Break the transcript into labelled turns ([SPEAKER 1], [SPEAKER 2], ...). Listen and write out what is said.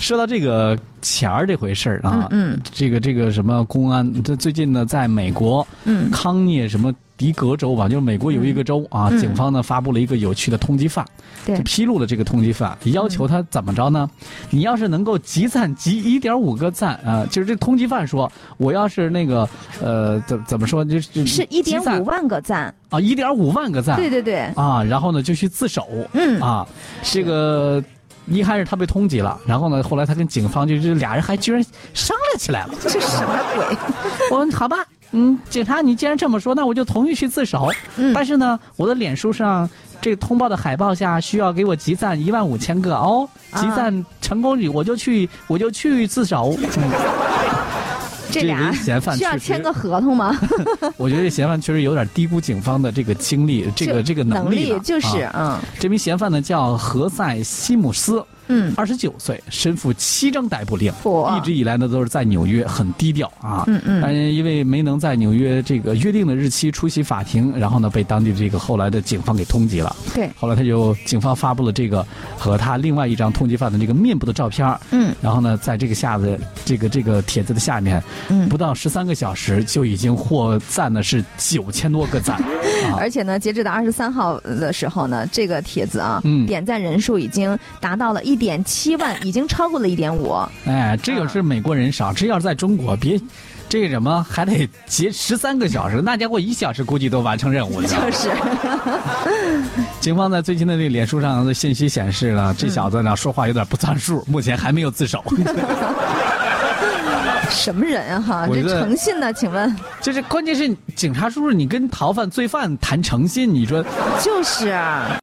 [SPEAKER 1] 说到这个钱儿这回事儿啊，
[SPEAKER 2] 嗯嗯
[SPEAKER 1] 这个这个什么公安，这最近呢，在美国
[SPEAKER 2] 嗯
[SPEAKER 1] 康涅什么迪格州吧，就是美国有一个州啊，
[SPEAKER 2] 嗯
[SPEAKER 1] 警方呢发布了一个有趣的通缉犯，
[SPEAKER 2] 对
[SPEAKER 1] 就披露了这个通缉犯，要求他怎么着呢？你要是能够集赞集一点五个赞啊、就是这通缉犯说，我要是那个呃，怎怎么说，就是
[SPEAKER 2] 是一点五万个赞，
[SPEAKER 1] 啊，一点五万个赞，
[SPEAKER 2] 对 对对，
[SPEAKER 1] 啊，然后呢就去自首，
[SPEAKER 2] 嗯
[SPEAKER 1] 啊，这个一开始他被通缉了，然后呢，后来他跟警方就这俩人还居然商量起来了。
[SPEAKER 2] 这是什么鬼？
[SPEAKER 1] 我说好吧，嗯，警察你既然这么说，那我就同意去自首。
[SPEAKER 2] 嗯
[SPEAKER 1] 但是呢，我的脸书上这通报的海报下需要给我集赞一万五千个哦，
[SPEAKER 2] 啊
[SPEAKER 1] 集赞成功率我就去我就去自首。嗯，
[SPEAKER 2] 这
[SPEAKER 1] 这
[SPEAKER 2] 俩
[SPEAKER 1] 人嫌犯
[SPEAKER 2] 需要
[SPEAKER 1] 确实
[SPEAKER 2] 签个合同吗？
[SPEAKER 1] 我觉得这嫌犯确实有点低估警方的这个精力， 这个这个
[SPEAKER 2] 能
[SPEAKER 1] 力了。
[SPEAKER 2] 就是
[SPEAKER 1] 啊
[SPEAKER 2] 嗯
[SPEAKER 1] 这名嫌犯呢叫何塞西姆斯。
[SPEAKER 2] 嗯
[SPEAKER 1] 二十九岁，身负七张逮捕令，
[SPEAKER 2] 嚯
[SPEAKER 1] 一直以来呢都是在纽约很低调啊。
[SPEAKER 2] 嗯嗯
[SPEAKER 1] 但是因为没能在纽约这个约定的日期出席法庭，然后呢被当地这个后来的警方给通缉了。
[SPEAKER 2] 对
[SPEAKER 1] 后来他就警方发布了这个和他另外一张通缉犯的这个面部的照片儿。
[SPEAKER 2] 嗯
[SPEAKER 1] 然后呢，在这个下子，这个这个帖子的下面，
[SPEAKER 2] 嗯
[SPEAKER 1] 不到十三个小时就已经获赞的是九千多个赞，啊，
[SPEAKER 2] 而且呢，截止到二十三号的时候呢，这个帖子啊，
[SPEAKER 1] 嗯
[SPEAKER 2] 点赞人数已经达到了一点七万，已经超过了一点五。
[SPEAKER 1] 哎，这个是美国人少，这要是在中国，别这个什么还得截十三个小时，那家伙一小时估计都完成任务了。
[SPEAKER 2] 就是，
[SPEAKER 1] 警方在最新的这个脸书上的信息显示呢，这小子呢说话有点不算数，目前还没有自首。
[SPEAKER 2] 什么人啊哈？
[SPEAKER 1] 我
[SPEAKER 2] 这
[SPEAKER 1] 觉得
[SPEAKER 2] 诚信呢？请问，
[SPEAKER 1] 就是关键是警察叔叔，你跟逃犯罪犯谈诚信，你说
[SPEAKER 2] 就是啊。